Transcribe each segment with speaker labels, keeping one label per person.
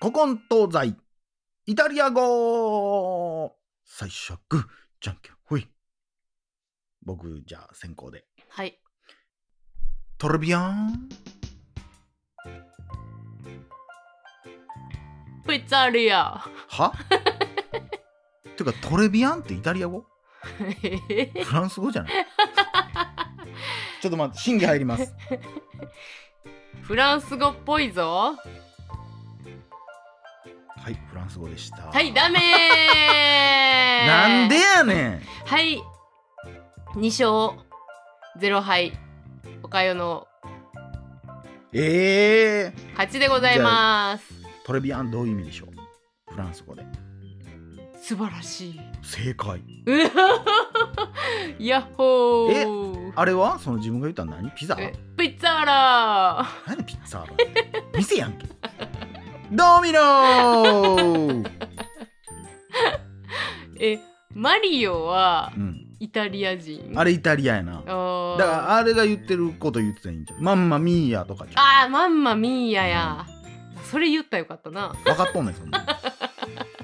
Speaker 1: 古今東西、イタリア語最初グー、じゃんけん、ほい。僕、じゃあ先行で。
Speaker 2: はい。
Speaker 1: トルビアン
Speaker 2: プイツァリア。
Speaker 1: はてか、トレビアンってイタリア語フランス語 じゃないちょっと待って、審議入ります。
Speaker 2: フランス語っぽいぞ。
Speaker 1: はい、フランス語でした。
Speaker 2: はい、ダメ ー
Speaker 1: なんでやねん
Speaker 2: はい。2勝0敗。おかよの
Speaker 1: ええ
Speaker 2: 勝ちでございます。
Speaker 1: トレビアンどういう意味でしょうフランス語で。
Speaker 2: 素晴らしい。
Speaker 1: 正解。
Speaker 2: ヤッホー
Speaker 1: あれはその自分が言ったの何ピザ
Speaker 2: えプイツァーラー
Speaker 1: 何ピッツァーラ店やんけ。ドミノ
Speaker 2: え、マリオは
Speaker 1: うん。
Speaker 2: イタリア人
Speaker 1: あれイタリアやな。
Speaker 2: あ
Speaker 1: だ
Speaker 2: ー
Speaker 1: からあれが言ってること言ってたらいいんじゃん。マンマミーヤとかじゃん。
Speaker 2: あー、マンマミーヤや。それ言ったらよかったな。
Speaker 1: 分かっとんねんそんなん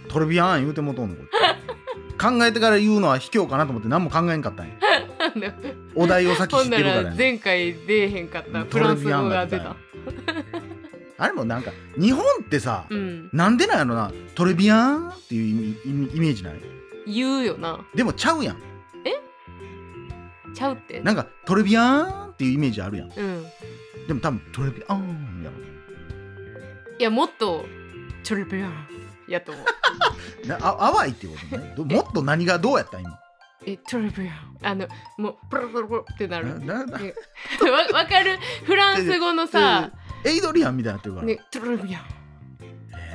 Speaker 1: トレビアン言うてもとんのこっち考えてから言うのは卑怯かなと思って何も考えんかったんや
Speaker 2: なんだ
Speaker 1: お題を先知
Speaker 2: ほ
Speaker 1: って
Speaker 2: んな
Speaker 1: るから
Speaker 2: ら
Speaker 1: やね
Speaker 2: 前回出えへんかった
Speaker 1: ト
Speaker 2: フラ
Speaker 1: レ
Speaker 2: ンス
Speaker 1: ビア
Speaker 2: 語
Speaker 1: ン
Speaker 2: が
Speaker 1: が
Speaker 2: 出
Speaker 1: 出
Speaker 2: た
Speaker 1: た。あれもなんか日本ってさ、
Speaker 2: うん。
Speaker 1: なんでなんやろなトレビアンっていうイメイメージない
Speaker 2: 言うよな。
Speaker 1: でもちゃうやん
Speaker 2: ちゃうって。
Speaker 1: なんかトレビアンっていうイメージあるやん
Speaker 2: うん。
Speaker 1: でも多分トレビアンやろ
Speaker 2: いや、もっと、チョルペアン やと思う。
Speaker 1: なあ淡いってことねどもっと何がどうやった今
Speaker 2: え、チョルペアン。あの、もう、プロプロプロってなる。わ
Speaker 1: なな
Speaker 2: ねわかるフランス語のさ、
Speaker 1: エイドリアンみたいになってるから、
Speaker 2: ね、チョルペアン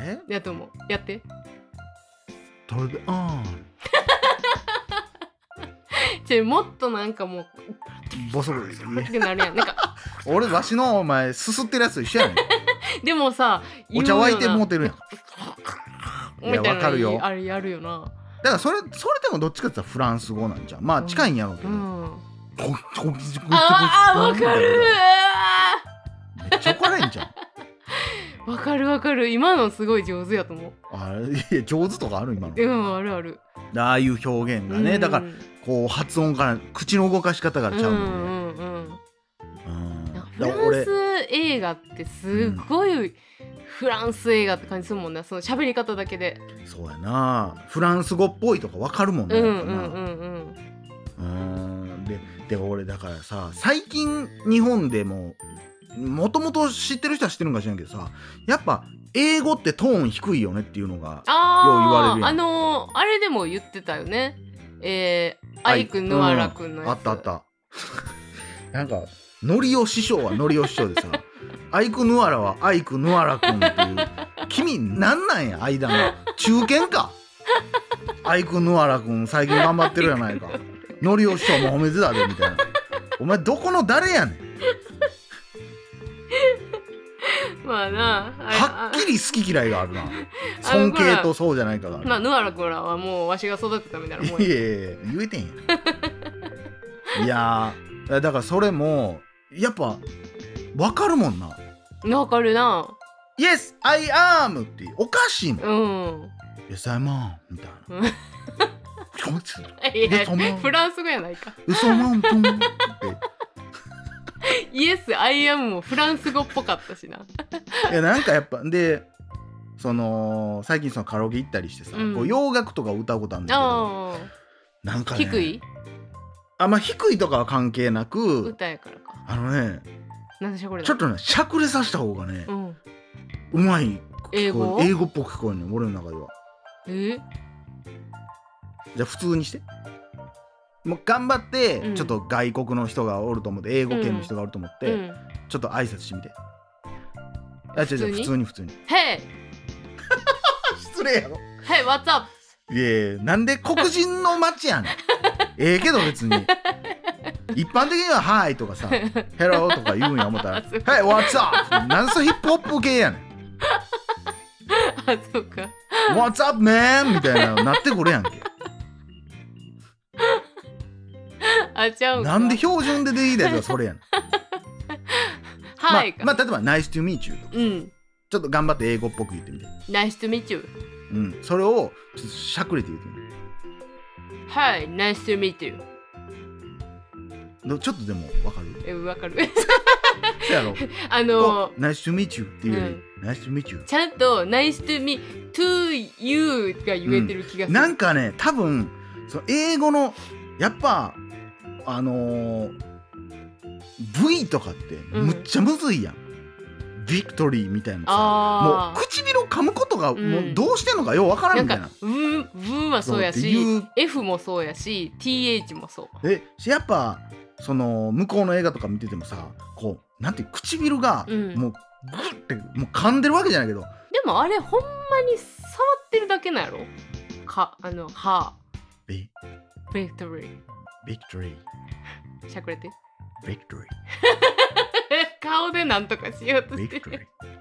Speaker 1: え
Speaker 2: やと思う。やって。
Speaker 1: トレビアン
Speaker 2: ちょ、もっとなんかもう、
Speaker 1: ボソボソですよね
Speaker 2: ってなるやん。なんか、
Speaker 1: 俺わしのお前すすってるやつと一緒やねん
Speaker 2: でもさ、
Speaker 1: お茶沸いて
Speaker 2: 言うよな
Speaker 1: もうてるやんだか
Speaker 2: み
Speaker 1: いや
Speaker 2: たいなの
Speaker 1: わかるよ
Speaker 2: あれやるよな。
Speaker 1: らそれそれでもどっちかって言ったらフランス語なんじゃんまあ近いんやろうけ
Speaker 2: う
Speaker 1: ど、
Speaker 2: ん。
Speaker 1: こここ
Speaker 2: ああ、わかる
Speaker 1: めっちゃ怒られんじゃん
Speaker 2: わかるわかる。今のすごい上手やと思う。
Speaker 1: あれいや上手とかある今の
Speaker 2: うん、あるある。
Speaker 1: ああいう表現がね、
Speaker 2: うん
Speaker 1: だからこう発音から口の動かし方からちゃう
Speaker 2: うん
Speaker 1: で、
Speaker 2: んうんうん。
Speaker 1: うん
Speaker 2: なんかフ
Speaker 1: だから
Speaker 2: ラン
Speaker 1: 俺
Speaker 2: ス映画ってすごいフランス映画って感じするもんな、その喋り方だけで。
Speaker 1: そうやなフランス語っぽいとかわかるもん
Speaker 2: う
Speaker 1: ね
Speaker 2: んう
Speaker 1: やっ
Speaker 2: ん
Speaker 1: ぱな
Speaker 2: う
Speaker 1: ん
Speaker 2: うん。
Speaker 1: うんでで俺だからさ最近日本でももともと知ってる人は知ってるんか知らんけどさやっぱ英語ってトーン低いよねっていうのがよう言われる
Speaker 2: あ
Speaker 1: や
Speaker 2: あ、
Speaker 1: ん
Speaker 2: あのー、あれでも言ってたよね。えー、
Speaker 1: ア
Speaker 2: ア
Speaker 1: イ
Speaker 2: イくん、ノアラくんのやつ。
Speaker 1: あったあっ。た なんかノリオ師匠はノリオ師匠で さアイクヌアラはアイクヌアラ君っていう君なんなんや間の中堅かアイクヌアラ君最近頑張ってるやないかノリオ師匠も褒めてたでみたいなお前どこの誰やねん
Speaker 2: まあな。あれ
Speaker 1: はっきり好き嫌いが あるな尊敬とそうじゃないかがある
Speaker 2: まあ、ヌアラくんらはもうわしが育てたみたいないもん
Speaker 1: やい
Speaker 2: や。
Speaker 1: やいや言えてんや いやーだからそれもやっぱわかるもんな
Speaker 2: わかるな。
Speaker 1: 「Yes I am」っておかしいもん
Speaker 2: うん。
Speaker 1: 「Yes I am」みたい
Speaker 2: うん
Speaker 1: な「こいつ
Speaker 2: いや
Speaker 1: でその
Speaker 2: フランス語やないか。
Speaker 1: 嘘マントン」って
Speaker 2: イエス、アイアムもフランス語っぽかったしな。
Speaker 1: いやなんかやっぱでその最近そのカラオケ行ったりしてさ、
Speaker 2: うん
Speaker 1: こう洋楽とかを歌うことあるんだけど
Speaker 2: あ
Speaker 1: なん
Speaker 2: あ、
Speaker 1: か、ね、
Speaker 2: 低い
Speaker 1: あまあ低いとかは関係なく
Speaker 2: 歌やからか。
Speaker 1: あのね
Speaker 2: なんでしょこれだ
Speaker 1: ちょっとねしゃくれさせた方がね、
Speaker 2: うん。
Speaker 1: うまい
Speaker 2: 英語
Speaker 1: 英語っぽく聞こえるの俺の中では
Speaker 2: え
Speaker 1: じゃあ普通にしてもう頑張って、
Speaker 2: うん
Speaker 1: ちょっと外国の人がおると思って英語圏の人がおると思って、
Speaker 2: うん。
Speaker 1: ちょっと挨拶してみてあ違う違う
Speaker 2: 普
Speaker 1: 普
Speaker 2: 通
Speaker 1: 通に普通に
Speaker 2: Hey!
Speaker 1: 失礼やろ
Speaker 2: Hey, what's up?
Speaker 1: いやいやなんで黒人の街 やねんええけど別に一般的には「はい」とか さ「ヘロー」とか言うんや思ったら
Speaker 2: そう
Speaker 1: 「はい What's up?」なんそヒップホップ系やねん
Speaker 2: あ、そうか。
Speaker 1: 「What's up man?」みたいなのなってくるやんけ
Speaker 2: あ、ちゃうんか。
Speaker 1: なんで標準で できたやつがそれやねん
Speaker 2: はいか。
Speaker 1: まあ、まあ、例えば「Nice to meet you」とか
Speaker 2: うん。
Speaker 1: ちょっと頑張って英語っぽく言ってみて、
Speaker 2: Nice to meet you.
Speaker 1: うん、それをちょっとしゃくれて言ってみ
Speaker 2: Hi, nice to meet you.
Speaker 1: てどちょっとでもわかる
Speaker 2: え、わかる。
Speaker 1: そやろ
Speaker 2: あの
Speaker 1: こう Nice to meet you っていうより Nice to meet you
Speaker 2: ちゃんと Nice to meet to you が言えてる気がする。
Speaker 1: なんかね多分その英語のやっぱあのー V とかってむっちゃむずいやん、ビクトリーみたいなさも
Speaker 2: あ
Speaker 1: う唇を噛むことがもううんどうしてんのかようわか
Speaker 2: あ。
Speaker 1: らんみ
Speaker 2: なん
Speaker 1: たい
Speaker 2: か
Speaker 1: な、
Speaker 2: うん、うんはそうや
Speaker 1: そうってい
Speaker 2: し
Speaker 1: う、
Speaker 2: F もそうやし、TH もそう。
Speaker 1: えやっぱその向こうの映画とか見ててもさこうなんていう唇が
Speaker 2: うん
Speaker 1: もうグッてもう噛んでるわけじゃないけど
Speaker 2: でもあれ、ほんまに触ってるだけなんやろか、あの、は、
Speaker 1: ビ
Speaker 2: ビクトリ
Speaker 1: ビクトリー
Speaker 2: ー。しゃくれて。
Speaker 1: ビクトリ
Speaker 2: 顔でなんとかしようと
Speaker 1: ービ
Speaker 2: し
Speaker 1: ク
Speaker 2: て
Speaker 1: ト
Speaker 2: る。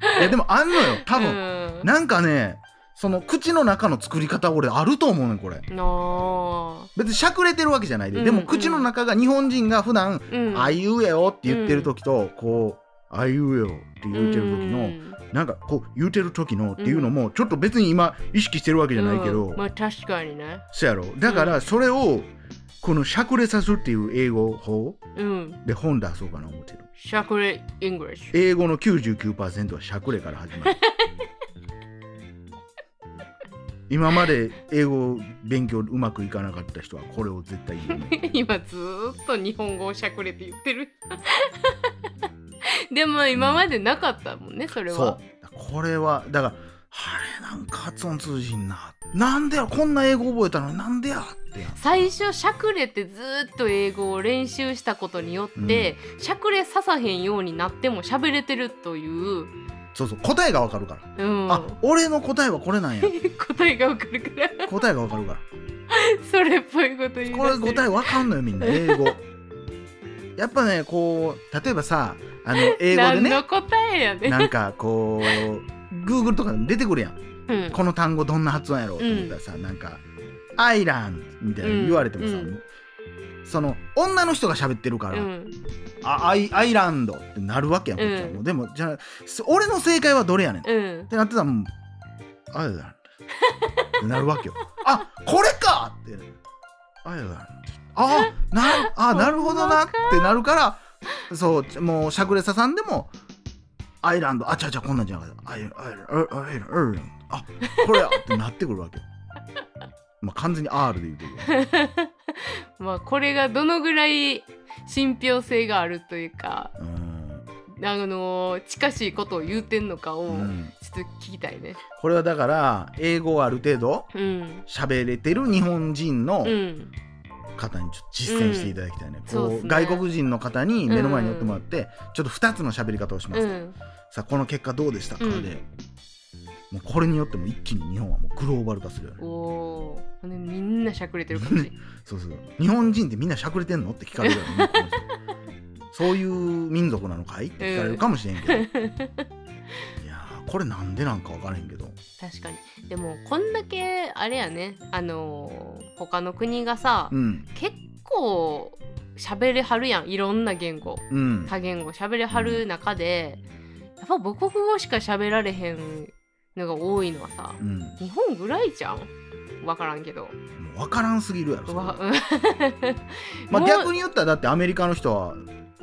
Speaker 1: リーいやでもあんのよ多分、
Speaker 2: 分
Speaker 1: なんかねその口の中の作り方俺あると思うねんこれ
Speaker 2: の
Speaker 1: 別にしゃくれてるわけじゃないで、
Speaker 2: うん
Speaker 1: でも
Speaker 2: うん
Speaker 1: 口の中が日本人が普段
Speaker 2: う
Speaker 1: 「
Speaker 2: ん
Speaker 1: あいうえお」って言ってる時と、こう「あいうえお」って言うてる時の、
Speaker 2: うん
Speaker 1: なんかこう言うてる時のっていうのも、ちょっと別に今意識してるわけじゃないけど、
Speaker 2: うんまあ確かにね
Speaker 1: そやろだからそれをこのしゃくれさすっていう英語法
Speaker 2: うん
Speaker 1: で本出そうかな思ってる
Speaker 2: しゃくれイングリッシュ
Speaker 1: 英語の99%はしゃくれから始まる今まで英語勉強うまくいかなかった人はこれを絶対言うね
Speaker 2: 今ずーっと日本語をしゃくれって言ってる でも今までなかったもんねそれ
Speaker 1: そう
Speaker 2: は
Speaker 1: これはだからあれなんか発音通じんななんでやこんな英語覚えたのになんでやってやん
Speaker 2: 最初しゃくれってずーっと英語を練習したことによって、しゃくれささへんようになっても喋れてるという、
Speaker 1: そうそう答えがわかるから、
Speaker 2: うん、
Speaker 1: あ俺の答えはこれなんや
Speaker 2: 答えがわかるから
Speaker 1: 答えがわかるから
Speaker 2: それっぽいこと言い出
Speaker 1: これ
Speaker 2: してる
Speaker 1: 答えわかんのよみんな英語やっぱねこう例えばさあの英語で
Speaker 2: 何
Speaker 1: ね
Speaker 2: の答えやね
Speaker 1: なんかこう Google とかでも出てくるやん
Speaker 2: うん
Speaker 1: この単語どんな発音やろうと思ったらさ、なんか「アイランド」みたいな言われてもさ、
Speaker 2: うん
Speaker 1: その女の人が喋ってるから「
Speaker 2: うん
Speaker 1: あアイアイランド」ってなるわけやんこっちは
Speaker 2: うん
Speaker 1: もうでもじゃあそ俺の正解はどれやねん、っ
Speaker 2: うん
Speaker 1: てなってたらもう「アイランド」ってなるわけよ「 あこれか!」って「アイランド」あなあなるほどなってなるからそうちもうしゃくれささんでもアイランドあちゃちゃこんなんじゃなかったアイランドアイランドアイランドあこれやってなってくるわけ まあ完全に R で言うてるよ
Speaker 2: まあこれがどのぐらい信憑性があるというか
Speaker 1: うん
Speaker 2: あのー近しいことを言うてんのかを
Speaker 1: うん
Speaker 2: ちょっと聞きたいね。
Speaker 1: これはだから英語をある程度
Speaker 2: うん、
Speaker 1: 喋れてる日本人の
Speaker 2: うん、
Speaker 1: 方にちょっと実践していただきたいね,こう、
Speaker 2: そうっすね
Speaker 1: 外国人の方に目の前に寄ってもらって、ちょっと2つの喋り方をしま
Speaker 2: う
Speaker 1: す、
Speaker 2: ん、
Speaker 1: さあこの結果どうでしたかで、
Speaker 2: うん
Speaker 1: もうこれによっても一気に日本はもうグローバル化するよね
Speaker 2: おおー、ね、みんなしゃくれてる感じ。
Speaker 1: そうそう日本人ってみんなしゃくれてんのって聞かれるよね 向こうの人そういう民族なのかいって聞かれるかもしれんけど、いやーこれなんでなんか分からへんけど
Speaker 2: 確かに。でもこんだけあれやね、あのー他の国がさ、
Speaker 1: うん
Speaker 2: 結構喋れはるやん、いろんな言語、
Speaker 1: うん
Speaker 2: 多言語喋れはる中で、やっぱ母国語しか喋られへんのが多いのはさ、
Speaker 1: うんも
Speaker 2: 日本ぐらいじゃんわからんけど
Speaker 1: う分からんすぎるやろそれ
Speaker 2: わ
Speaker 1: まあ、
Speaker 2: もう
Speaker 1: 逆に言ったらだってアメリカの人は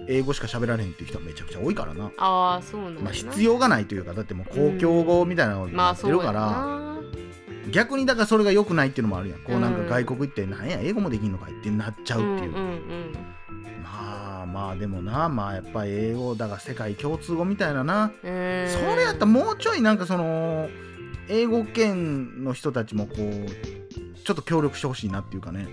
Speaker 1: 英語しか喋られへんっていう人はめちゃくちゃ多いからな、
Speaker 2: ああそうなんだな
Speaker 1: まあ、必要がないというかだってもう公共語みたいなのに
Speaker 2: ま
Speaker 1: な
Speaker 2: あ
Speaker 1: っ
Speaker 2: そ
Speaker 1: てる
Speaker 2: うや
Speaker 1: から、
Speaker 2: な
Speaker 1: 逆にだからそれが良くないっていうのもあるやんこうなんか
Speaker 2: うん
Speaker 1: 外国行ってなんや英語もできんのかいってなっちゃう
Speaker 2: う
Speaker 1: っ
Speaker 2: ん
Speaker 1: て
Speaker 2: う
Speaker 1: い
Speaker 2: ん
Speaker 1: う、
Speaker 2: うん
Speaker 1: まあまあでもなまあやっぱ英語だが世界共通語みたいなな、
Speaker 2: うーん
Speaker 1: それやったらもうちょいなんかその英語圏の人たちもこうちょっと協力してほしいなっていうかね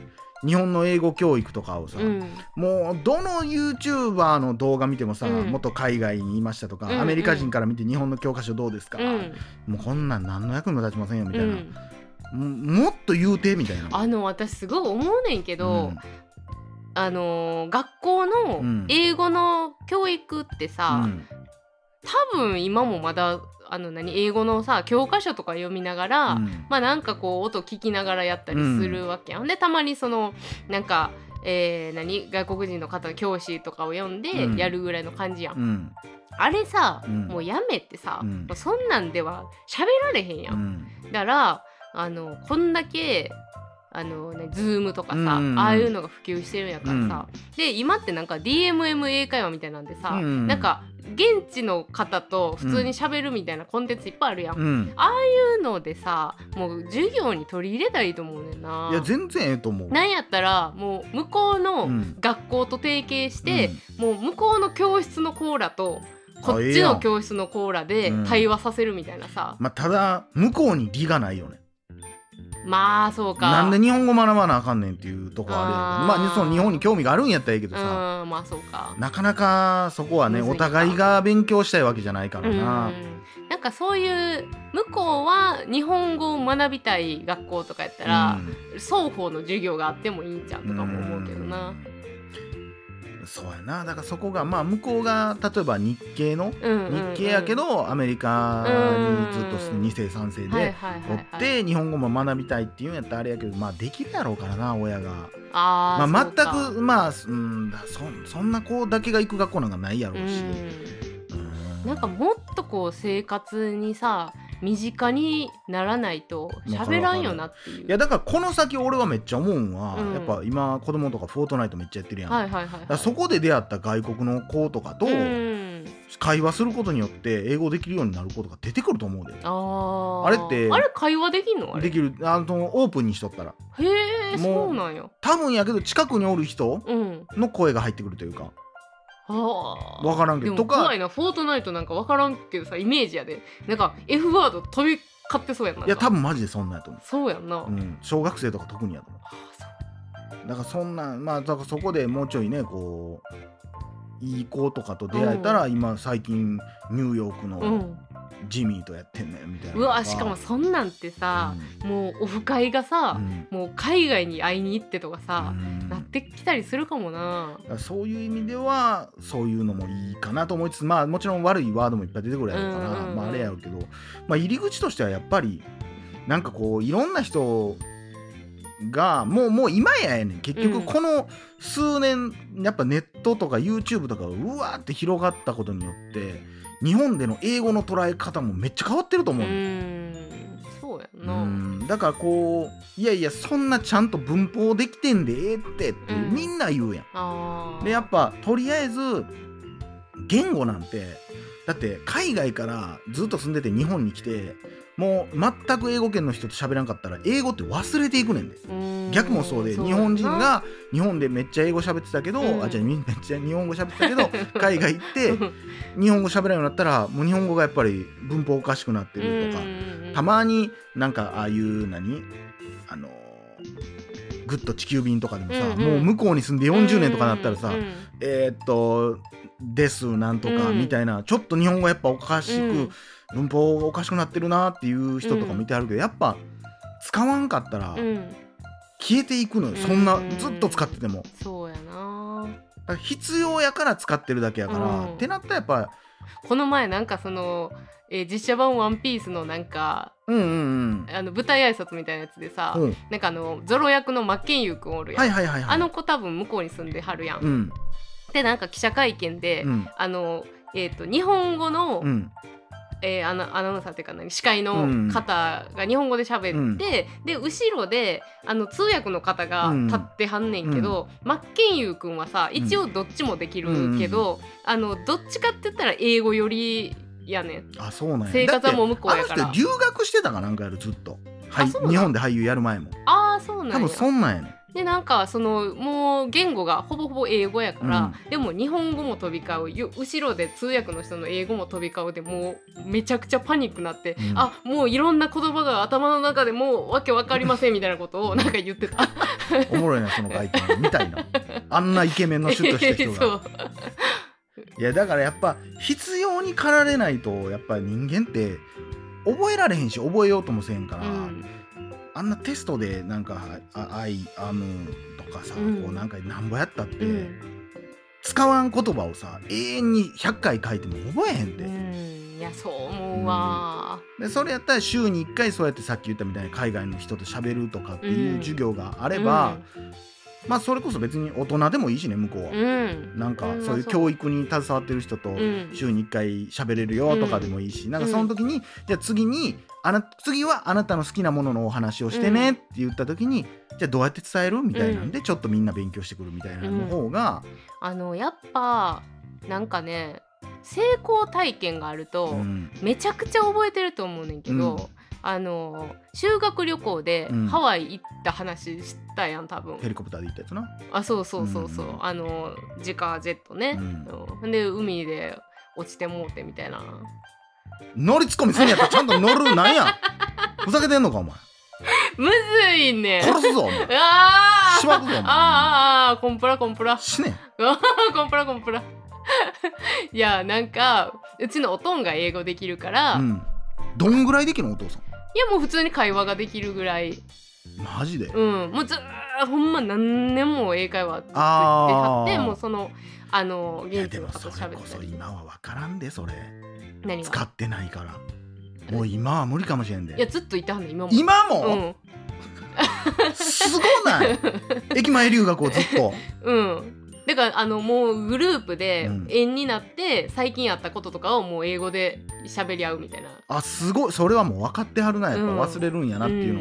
Speaker 1: 日本の英語教育とかをさ、
Speaker 2: うん
Speaker 1: もうどの YouTuber の動画見てもさ、
Speaker 2: うん
Speaker 1: 元海外にいましたとか、
Speaker 2: うんうん
Speaker 1: アメリカ人から見て日本の教科書どうですか、
Speaker 2: うん
Speaker 1: もうこんなん何の役にも立ちませんよみた
Speaker 2: う
Speaker 1: いな、
Speaker 2: ん
Speaker 1: ももっと言うてみたいな。
Speaker 2: あの私すごい思うねんけ
Speaker 1: う
Speaker 2: ど
Speaker 1: ん
Speaker 2: あのー学校の
Speaker 1: うん
Speaker 2: 英語の教育って
Speaker 1: う
Speaker 2: さ
Speaker 1: ん
Speaker 2: 多分今もまだあの何英語のさ教科書とか読みながら
Speaker 1: うん
Speaker 2: まあなんかこう音聞きながらやったりするわけやん、でたまにそのなんか、えー何外国人の方の教師とかを呼ん
Speaker 1: う
Speaker 2: で
Speaker 1: ん
Speaker 2: やるぐらいの感じやん、
Speaker 1: うん
Speaker 2: あれさ、
Speaker 1: うん
Speaker 2: もうやめてさ、
Speaker 1: うん
Speaker 2: もうそんなんでは喋られへんや、
Speaker 1: うんん
Speaker 2: だからあのこんだけあのね、ズームとかさ、
Speaker 1: うんうん
Speaker 2: ああいうのが普及してるんやからさ、で今ってなんか DMM 英会話みたいなんでさ、
Speaker 1: うん
Speaker 2: なんか現地の方と普通に喋るみたいなコンテンツいっぱいあるやん、
Speaker 1: うん
Speaker 2: そういうのでさもう授業に取り入れたらいいと思うねんない
Speaker 1: や全然ええと思う
Speaker 2: なんやったらもう向こう
Speaker 1: う
Speaker 2: の
Speaker 1: ん
Speaker 2: 学校と提携して、
Speaker 1: うん
Speaker 2: もう向こうの教室のコーラとこっちの教室のコーラで対話させるみたいなさ、
Speaker 1: まあただ向こうに利がないよね
Speaker 2: まあそうか
Speaker 1: なんで日本語学ばなあかんねんっていうとこあるや
Speaker 2: あ
Speaker 1: ん
Speaker 2: ー
Speaker 1: まあその日本に興味があるんやったらいいけ
Speaker 2: う
Speaker 1: ど
Speaker 2: ん
Speaker 1: さ、
Speaker 2: まあそうか
Speaker 1: なかなかそこはね
Speaker 2: むずい
Speaker 1: お
Speaker 2: な
Speaker 1: 互いが勉強したいわけじゃないか
Speaker 2: う
Speaker 1: ら
Speaker 2: ん
Speaker 1: な、
Speaker 2: なんかそういう向こうは日本語を学びたい学校とかやった
Speaker 1: う
Speaker 2: ら、
Speaker 1: ん
Speaker 2: 双方の授業があってもいいんちゃうとかも思うけどな
Speaker 1: うんそうやなだからそこがまあ向こうが例えば日系の
Speaker 2: うんうんうん
Speaker 1: 日系やけどアメリカにずっと2世3世
Speaker 2: はい
Speaker 1: で
Speaker 2: はいはい
Speaker 1: お
Speaker 2: は
Speaker 1: っ
Speaker 2: い
Speaker 1: て日本語も学びたいっていうんやったらあれやけどまあできるやろうからな親が。
Speaker 2: あー
Speaker 1: まあ
Speaker 2: そう、か
Speaker 1: 全くまあうんだそそんな子だけが行く学校なんかないやろうし。
Speaker 2: うん、なんかもっとこう生活にさ身近にならないと喋らんよなっていう。
Speaker 1: いやだからこの先俺はめっちゃ思うんは、
Speaker 2: うん
Speaker 1: やっぱ今子供とか「フォートナイト」めっちゃやってるやん、
Speaker 2: はい
Speaker 1: だか
Speaker 2: はいはい、はい。
Speaker 1: らそこで出会った外国の子とかと
Speaker 2: うん、
Speaker 1: 会話することによって英語できるようになる子とか出てくると思うで、
Speaker 2: あー
Speaker 1: あれって
Speaker 2: あれ会話できんのあれ
Speaker 1: できるあのオープンにしとったら
Speaker 2: へえ
Speaker 1: もう
Speaker 2: そうなんや。
Speaker 1: 多分やけど近くにおる人
Speaker 2: うん。
Speaker 1: の声が入ってくるというか
Speaker 2: は
Speaker 1: 分からんけ
Speaker 2: で
Speaker 1: ど
Speaker 2: も
Speaker 1: とか
Speaker 2: 怖いな「フォートナイト」なんか分からんけどさイメージやでなんか F ワード飛び交ってそうやんない
Speaker 1: や多分マジでそんなんやと思
Speaker 2: そうやんな、
Speaker 1: う、うん、小学生とか特にやと思う
Speaker 2: あーそう
Speaker 1: だからそんなまあだからそこでもうちょいねこういい子とかと出会えたら、今最近ニューヨーク
Speaker 2: う
Speaker 1: の
Speaker 2: ん、
Speaker 1: ジミーとやってんねんみたいな
Speaker 2: うわしかもそんなんってさ、もうオフ会がさ、
Speaker 1: うんうん
Speaker 2: もう海外に会いに行ってとかさ、
Speaker 1: うん
Speaker 2: なってきたりするかもな
Speaker 1: だからそういう意味ではそういうのもいいかなと思いつつまあもちろん悪いワードもいっぱい出てくるやろうから、
Speaker 2: うんうんうん
Speaker 1: まああれやろうけど、まあ、入り口としてはやっぱりなんかこういろんな人がもうもう今ややねん結
Speaker 2: う
Speaker 1: 局
Speaker 2: ん
Speaker 1: この数年、やっぱネットとか YouTube とかがうわーって広がったことによって日本での英語の捉え方もめっちゃ変わってると
Speaker 2: う
Speaker 1: 思うねん、
Speaker 2: んそうやな、
Speaker 1: うんだからこういやいやそんなちゃんと文法できてんでええってって
Speaker 2: うん
Speaker 1: みんな言うやん。
Speaker 2: あー
Speaker 1: でやっぱとりあえず言語なんてだって海外からずっと住んでて日本に来てもう全く英語圏の人と喋らんかったら英語って忘れていくねんで
Speaker 2: うん
Speaker 1: 逆もそうで
Speaker 2: や
Speaker 1: 日
Speaker 2: な
Speaker 1: 本人が日本でめっちゃ英語喋ってたけど、
Speaker 2: うん
Speaker 1: あじゃあみめっちゃ日本語喋ってたけ ど海外行って日本語喋らんようになったらもう日本語がやっぱり文法おかしくなってるとか、
Speaker 2: うん
Speaker 1: たまになんかああいう何あのグッド地球便とかでもさ、
Speaker 2: うんうん
Speaker 1: もう向こうに住んで40年とかなったらさ、
Speaker 2: うん
Speaker 1: えーっと「です」なんとか
Speaker 2: うん
Speaker 1: みたいな、ちょっと日本語やっぱおかしく、
Speaker 2: うん
Speaker 1: 文法おかしくなってるなっていう人とか見てあるけど、やっぱ使わんかったら
Speaker 2: うんうん
Speaker 1: 消えていくのよ、
Speaker 2: うん
Speaker 1: そんなずっと使ってても。
Speaker 2: そうやな
Speaker 1: だから必要やから使ってるだけやから、
Speaker 2: うん
Speaker 1: ってなったらやっぱ
Speaker 2: この前なんかその、えー実写版「ワンピースのなんか
Speaker 1: うんうん
Speaker 2: あの舞台挨拶みたいなやつでさ、
Speaker 1: うん。うん
Speaker 2: なんかあのゾロ役の真剣佑くんおるやん、
Speaker 1: はいはいはいはい。
Speaker 2: あの子多分向こうに住んではるやん、
Speaker 1: うん
Speaker 2: でなんか記者会見で、
Speaker 1: うん
Speaker 2: あのえっ、と日本語の、
Speaker 1: うん
Speaker 2: えーアナアナウンサーっていうか何司会の方が日本語で喋って、
Speaker 1: うん
Speaker 2: で後ろであの通訳の方が立ってはんねんけど、マッケンユー君はさ一応どっちもできるけど、あのどっちかって言ったら英語よりやねん。
Speaker 1: あそうなんや。
Speaker 2: 生活はもう向こう
Speaker 1: だ
Speaker 2: や
Speaker 1: って
Speaker 2: か
Speaker 1: あの
Speaker 2: ら
Speaker 1: 人留学してたかなんかやるずっと。はい、
Speaker 2: そうなん
Speaker 1: 日本で俳優やる前も
Speaker 2: ああそうな
Speaker 1: 多
Speaker 2: ん
Speaker 1: 分
Speaker 2: や
Speaker 1: そんなんやねん
Speaker 2: でなんかそのもう言語がほぼほぼ英語やから、でも日本語も飛び交うよ後ろで通訳の人の英語も飛び交うでもうめちゃくちゃパニックなって、
Speaker 1: うん
Speaker 2: あもういろんな言葉が頭の中でもうわけわか りませんみたいなことをなんか言ってた。
Speaker 1: おもろいなその外 見みたいなあんなイケメンのシュッとした人
Speaker 2: そ
Speaker 1: が
Speaker 2: う
Speaker 1: いやだからやっぱ必要に駆られないとやっぱ人間って覚えられへんし覚えようともせんから、
Speaker 2: うん
Speaker 1: あんなテストでなんか「あアイアム」とかさ、
Speaker 2: うん
Speaker 1: こうなんかなんぼやったって、
Speaker 2: うん
Speaker 1: 使わん言葉をさ永遠に100回書いても覚えへん
Speaker 2: う
Speaker 1: で,、
Speaker 2: んいやそう思うわ、
Speaker 1: でそれやったら週に1回そうやってさっき言ったみたいに海外の人と喋るとかっていう授業があ
Speaker 2: あ
Speaker 1: れば、まあそれこそ別に大人でもいいしね向こうは。
Speaker 2: うん
Speaker 1: なんか
Speaker 2: うん
Speaker 1: そういう
Speaker 2: まあそう
Speaker 1: 教育に携わってる人と
Speaker 2: ん
Speaker 1: 週に1回喋れるよとかでもいいし、なんかその時に、じゃあ次にあな次はあなたの好きなもののお話をしてねって言った時に、じゃあどうやって伝えるみたいなんで、ちょっとみんな勉強してくるみたいなの方が、
Speaker 2: あのやっぱなんかね成功体験があると、
Speaker 1: うん
Speaker 2: めちゃくちゃ覚えてると思うねんけど、
Speaker 1: うん
Speaker 2: あの修学旅行で
Speaker 1: うん
Speaker 2: ハワイ行った話したやん多分、
Speaker 1: ヘリコプターで行ったやつな。
Speaker 2: あそうそうそうそう、
Speaker 1: うん
Speaker 2: あの自家ジェットね、
Speaker 1: うん
Speaker 2: うんで海で落ちてもうてみた いな
Speaker 1: 乗りツッコミすんやったらちゃんと乗るなん やふざけてんのかお前
Speaker 2: むずいね
Speaker 1: 殺すぞお前
Speaker 2: うわー
Speaker 1: しばくぞお前
Speaker 2: あーあーあーコンプラコンプラ
Speaker 1: 死ね
Speaker 2: コンプラコンプラ いやなんかうちのおとんが英語できるから、
Speaker 1: う
Speaker 2: い
Speaker 1: んどんぐらいできるのお父さん
Speaker 2: やもう普通に会話ができるぐらい
Speaker 1: マジで、
Speaker 2: うん、もうずーほんま何年も英会話ずっと
Speaker 1: あー
Speaker 2: 行ってはってもうそのあの
Speaker 1: いや
Speaker 2: 現地
Speaker 1: で
Speaker 2: の
Speaker 1: も
Speaker 2: 方と
Speaker 1: それ
Speaker 2: 喋っ
Speaker 1: こ
Speaker 2: てた
Speaker 1: そ
Speaker 2: り
Speaker 1: 今は分からんでそれ
Speaker 2: 何
Speaker 1: 使
Speaker 2: が
Speaker 1: ってないからもう今は無理かもしれん
Speaker 2: いや
Speaker 1: で
Speaker 2: ずっといたはんねん今も
Speaker 1: 今
Speaker 2: う
Speaker 1: も、
Speaker 2: ん
Speaker 1: すごない駅前留学をずっ と
Speaker 2: うんだからあのもうグループで
Speaker 1: うん
Speaker 2: 縁になって最近あったこととかをもう英語で喋り合うみたいな
Speaker 1: あすごいそれはもう分かってはるなやっぱ
Speaker 2: うん
Speaker 1: 忘れるんやなっていうの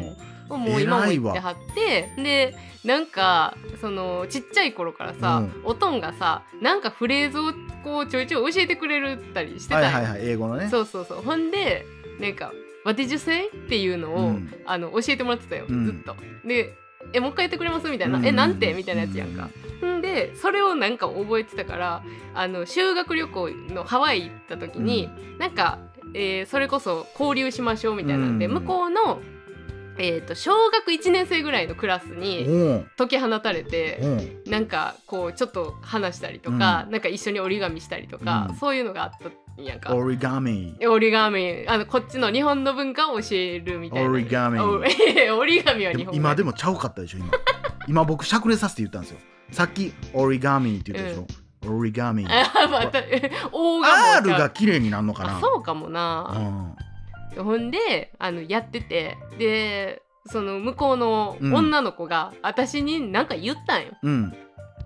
Speaker 1: を、
Speaker 2: もう今も
Speaker 1: 偉い
Speaker 2: 言
Speaker 1: わ
Speaker 2: ってはってでなんかそのちっちゃい頃からさ、
Speaker 1: うん
Speaker 2: おとんがさなんかフレーズをこうちょいちょい教えてくれるったりしてた
Speaker 1: は
Speaker 2: ん
Speaker 1: い
Speaker 2: よ
Speaker 1: はいはい英語のね
Speaker 2: そうそうそうほんでなんか「What did you say?」っていうのを、
Speaker 1: うん
Speaker 2: あの教えてもらってたよ、
Speaker 1: うん
Speaker 2: ずっと。で「えもう一回やってくれます?」みたいな「
Speaker 1: うん
Speaker 2: えなんて?」みたいなやつやんか。んでそれをなんか覚えてたからあの修学旅行のハワイ行った時に、なんか、えーそれこそ交流しましょうみたいなんで、
Speaker 1: うん
Speaker 2: 向こうの、えー、と小学1年生ぐらいのクラス
Speaker 1: お
Speaker 2: に
Speaker 1: うん
Speaker 2: 解き放たれて。
Speaker 1: うん
Speaker 2: なんかこうちょっと話したりとか、なんか一緒に折り紙したりとか、
Speaker 1: うん
Speaker 2: そういうのがあったんやんか。
Speaker 1: 折り紙
Speaker 2: 折り紙あのこっちの日本の文化を教えるみたいな
Speaker 1: 折り紙
Speaker 2: お折り紙は
Speaker 1: で
Speaker 2: 日
Speaker 1: も
Speaker 2: 本
Speaker 1: 今で
Speaker 2: も
Speaker 1: もちゃうかったでしょ今今僕しゃくれさせて言ったんですよさっき折り紙って言ったでしょ、折り紙 R
Speaker 2: あまた O がもうちゃう
Speaker 1: が綺麗になるのかな
Speaker 2: あそうかも
Speaker 1: う
Speaker 2: な、
Speaker 1: ん
Speaker 2: ほんであのやっててでその向こうの女の子が私に何か言ったんよ、
Speaker 1: うん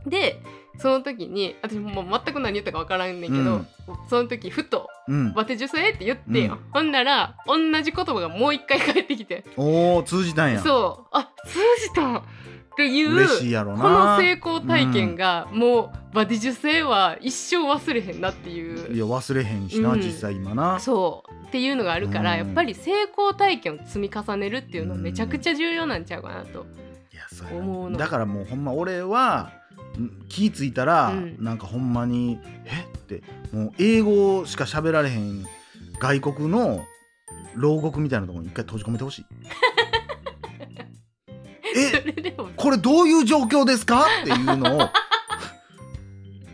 Speaker 2: でその時に私もう全く何言ったか分からんねんけど、
Speaker 1: うん
Speaker 2: その時ふと
Speaker 1: うん
Speaker 2: 「バテ女性」って言ってよ、ほんなら同じ言葉がもう一回返ってきて
Speaker 1: おお通じたんや
Speaker 2: そうあ通じたっていう
Speaker 1: 嬉しいやろな
Speaker 2: この成功体験がもうバディ受精は一生忘れへんなって
Speaker 1: い
Speaker 2: いう
Speaker 1: や忘れへんしな、
Speaker 2: うん
Speaker 1: 実際今な
Speaker 2: そうっていうのがあるから、
Speaker 1: うん
Speaker 2: やっぱり成功体験を積み重ねるっていうのはめちゃくちゃ重要なんちゃうかなと、
Speaker 1: いやそうやな
Speaker 2: 思うの
Speaker 1: だからもうほんま俺はん気ぃ付いたら、
Speaker 2: うん
Speaker 1: なんかほんまに「えっ?」てもう英語しか喋られへん外国の牢獄みたいなところに一回閉じ込めて ほしいえ
Speaker 2: それでも
Speaker 1: これどういう状況ですかっていうのを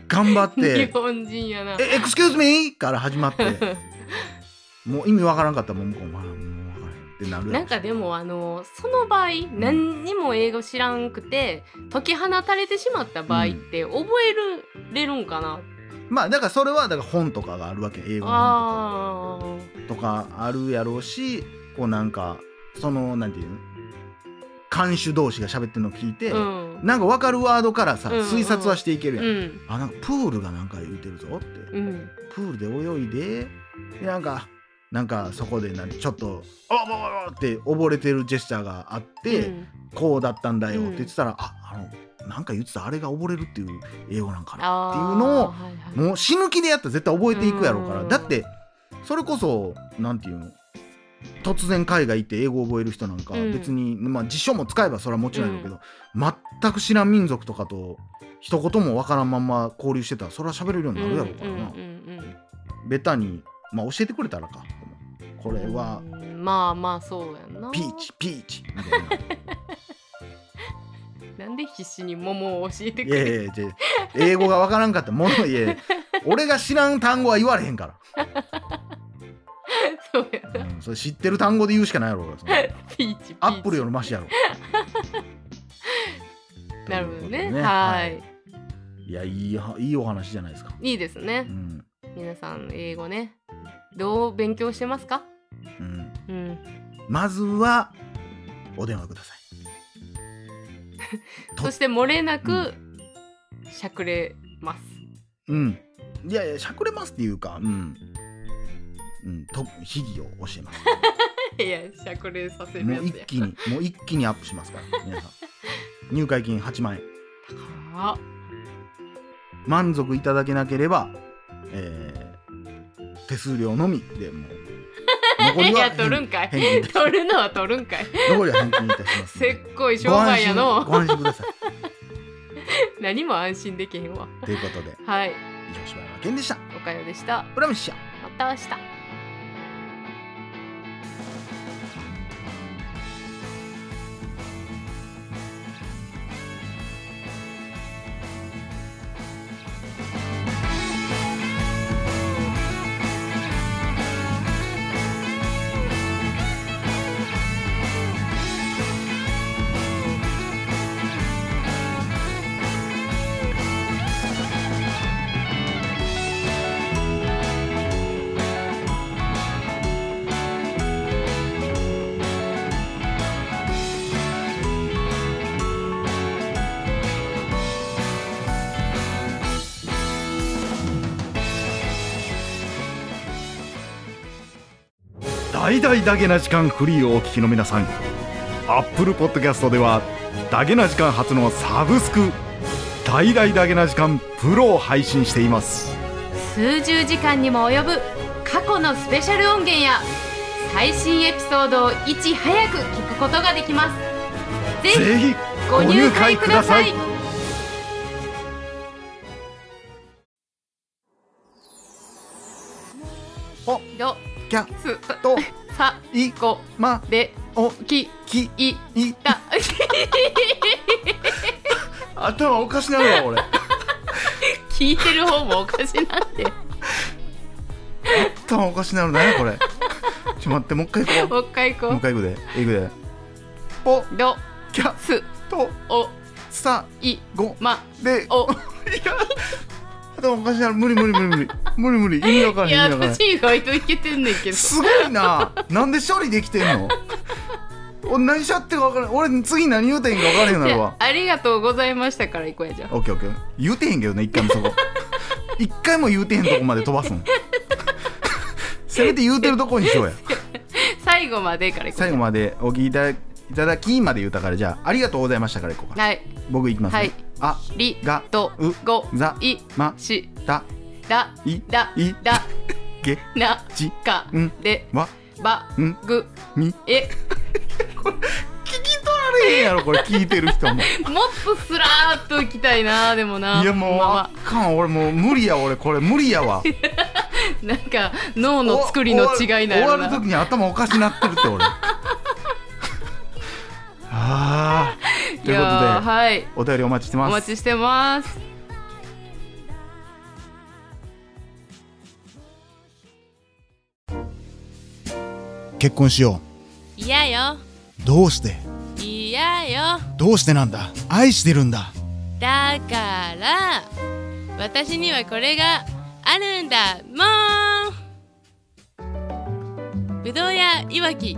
Speaker 1: 頑張っ
Speaker 2: 日
Speaker 1: て
Speaker 2: 本人や
Speaker 1: 「
Speaker 2: な
Speaker 1: えエクスキューズミー!」から始まってもう意味わからんかったらもう向こう「まあもう分からん」ってなるや
Speaker 2: なんかでもあのその場合何にも英語知らんくて解き放たれてしまった場合って覚えるれるんかな、
Speaker 1: まあだからそれはだから本とかがあるわけ英語の本とか。
Speaker 2: あー
Speaker 1: とかあるやろうしこうなんかそのなんていうの看守同士が喋ってるのを聞いて、
Speaker 2: うん
Speaker 1: なんか分かるワードからさ、
Speaker 2: うんうん
Speaker 1: 推察はしていけるやん、
Speaker 2: うん
Speaker 1: あなんかプールがなんか言うてるぞって
Speaker 2: うん
Speaker 1: プールで泳いででなんかなんかそこでなんちょっと「おぼおぼ!」って溺れてるジェスチャーがあって、
Speaker 2: うん
Speaker 1: こうだったんだよっ
Speaker 2: うん
Speaker 1: て言ってたら、ああのなんか言ってたあれが溺れるっていう英語なんかな
Speaker 2: あ
Speaker 1: って
Speaker 2: ー
Speaker 1: いうのを
Speaker 2: はいはい
Speaker 1: もう死ぬ気でやったら絶対覚えていくやろうから
Speaker 2: うん
Speaker 1: だってそれこそなんていうの突然海外行って英語を覚える人なんか
Speaker 2: うん
Speaker 1: 別に、まあ辞書も使えばそれはもちろんやろうけど、全く知らん民族とかと一言もわからんまんま交流してたらそれは喋れるようになるやろうからな、
Speaker 2: うんうんうんうん
Speaker 1: ベタに、まあ、教えてくれたらかこれは
Speaker 2: うんまあまあそうやんな
Speaker 1: ピーチピーチみたいな。
Speaker 2: なんで必死に桃を教えて
Speaker 1: い
Speaker 2: くれ
Speaker 1: やい
Speaker 2: る
Speaker 1: やいやじゃあ英語がわからんかったものいやいや俺が知らん単語は言われへんか
Speaker 2: そうや
Speaker 1: ら、うんそれ知ってる単語で言うしかないやろうからそんな
Speaker 2: ピーチピーチ
Speaker 1: アップルよりマシやろ。
Speaker 2: なるほど
Speaker 1: という
Speaker 2: ね
Speaker 1: ことで
Speaker 2: はい、い、
Speaker 1: いやいいはいいお話じゃないですか。
Speaker 2: いです
Speaker 1: う
Speaker 2: ね
Speaker 1: ん
Speaker 2: 皆さん英語ねどう勉強してますか
Speaker 1: うん、
Speaker 2: うん
Speaker 1: まずはお電話ください。と
Speaker 2: そして漏れな
Speaker 1: う
Speaker 2: くしゃくれます、
Speaker 1: うんいやいやしゃくれますっていうかうん、うん、と秘技を教えます
Speaker 2: いやしゃくれさせる
Speaker 1: も
Speaker 2: や
Speaker 1: う
Speaker 2: つ
Speaker 1: 一
Speaker 2: や
Speaker 1: 気にもう一気にアップしますから皆さん入会金8万円
Speaker 2: あ
Speaker 1: 満足いただけなければ、えー手数料のみでもう残
Speaker 2: い
Speaker 1: りは
Speaker 2: や
Speaker 1: 返
Speaker 2: 取るんかい
Speaker 1: 返金いたし
Speaker 2: 取るのは取るんかい
Speaker 1: 残りは返金いたしますん
Speaker 2: せ
Speaker 1: で
Speaker 2: っこい商売やの
Speaker 1: ご安心ご安心ください
Speaker 2: 何も安心できへんわ
Speaker 1: ということで
Speaker 2: はい
Speaker 1: 以上柴山健でした
Speaker 2: おかよでした
Speaker 1: プラミッシャ
Speaker 2: また明日
Speaker 1: 大々だけな時間フリーをお聞きの皆さんアップルポッドキャストではだけな時間初のサブスク大々だけな時間プロを配信しています
Speaker 2: 数十時間にも及ぶ過去のスペシャル音源や最新エピソードをいち早く聞くことができますぜひ
Speaker 1: ぜひ
Speaker 2: ご入会くださ
Speaker 1: ご入会
Speaker 2: い
Speaker 1: お
Speaker 2: ど
Speaker 1: キャ
Speaker 2: す
Speaker 1: と
Speaker 2: さ
Speaker 1: い
Speaker 2: こ
Speaker 1: ま
Speaker 2: で
Speaker 1: お
Speaker 2: き
Speaker 1: き
Speaker 2: い
Speaker 1: い
Speaker 2: た
Speaker 1: 頭おかしなるわ俺
Speaker 2: 聞いてる方もおかしなんで
Speaker 1: 頭おかしなるなこれちょ待ってもう一回行こ
Speaker 2: もう一回
Speaker 1: う
Speaker 2: こ
Speaker 1: もう一
Speaker 2: う
Speaker 1: 回行くで行くでお
Speaker 2: ど
Speaker 1: キャ
Speaker 2: す
Speaker 1: と
Speaker 2: お
Speaker 1: さ
Speaker 2: い
Speaker 1: ご
Speaker 2: ま
Speaker 1: で
Speaker 2: お
Speaker 1: いや頭おかしなる無理無理無理無理無理無理意味わから
Speaker 2: い
Speaker 1: へん意
Speaker 2: や
Speaker 1: 味わからへん
Speaker 2: 私意外といけてんねんけど
Speaker 1: すごいななんで処理できてんの俺何しゃってるか分からん俺次何言うてんか分からへんなる
Speaker 2: じゃ
Speaker 1: わ
Speaker 2: あありがとうございましたから行こう やじゃあ
Speaker 1: オッケーオッケー言うてへんけどね一回もそこ一回も言うてへんとこまで飛ばすんせめて言うてるとこにしようや
Speaker 2: 最後までから行こう
Speaker 1: 最後までお聞きいただきいただきまで言うたからじゃあありがとうございましたからいこうか
Speaker 2: はい
Speaker 1: 僕いきますね、
Speaker 2: はい
Speaker 1: あ
Speaker 2: り
Speaker 1: が
Speaker 2: と
Speaker 1: う
Speaker 2: ご
Speaker 1: ざ
Speaker 2: い
Speaker 1: ま
Speaker 2: しただ
Speaker 1: い
Speaker 2: だ
Speaker 1: い
Speaker 2: だ
Speaker 1: げ
Speaker 2: な
Speaker 1: じ
Speaker 2: か
Speaker 1: うん
Speaker 2: で
Speaker 1: わ
Speaker 2: ば
Speaker 1: ん
Speaker 2: ぐ
Speaker 1: み
Speaker 2: え
Speaker 1: 聞き取られへんやろこれ聞いてる人 もい
Speaker 2: もっとスラーっといきたいなでもな
Speaker 1: やもう
Speaker 2: ほんま
Speaker 1: あ
Speaker 2: は
Speaker 1: っかん俺もう無理や俺これ無理やわ
Speaker 2: なんか脳 の作りの違いな
Speaker 1: 終
Speaker 2: んや
Speaker 1: わ
Speaker 2: ろ
Speaker 1: る
Speaker 2: な
Speaker 1: 終わる時に頭おかしなってる って俺あーという
Speaker 2: やー
Speaker 1: こ
Speaker 2: はい
Speaker 1: とでお便りお待ちして
Speaker 2: お
Speaker 1: ます
Speaker 2: 待ちしてます
Speaker 1: 結婚しよ
Speaker 2: いやよ
Speaker 1: うどうして
Speaker 2: いやよ
Speaker 1: どうしてなんだ愛してるんだ
Speaker 2: だから私にはこれがあるんだもんぶどうやいわき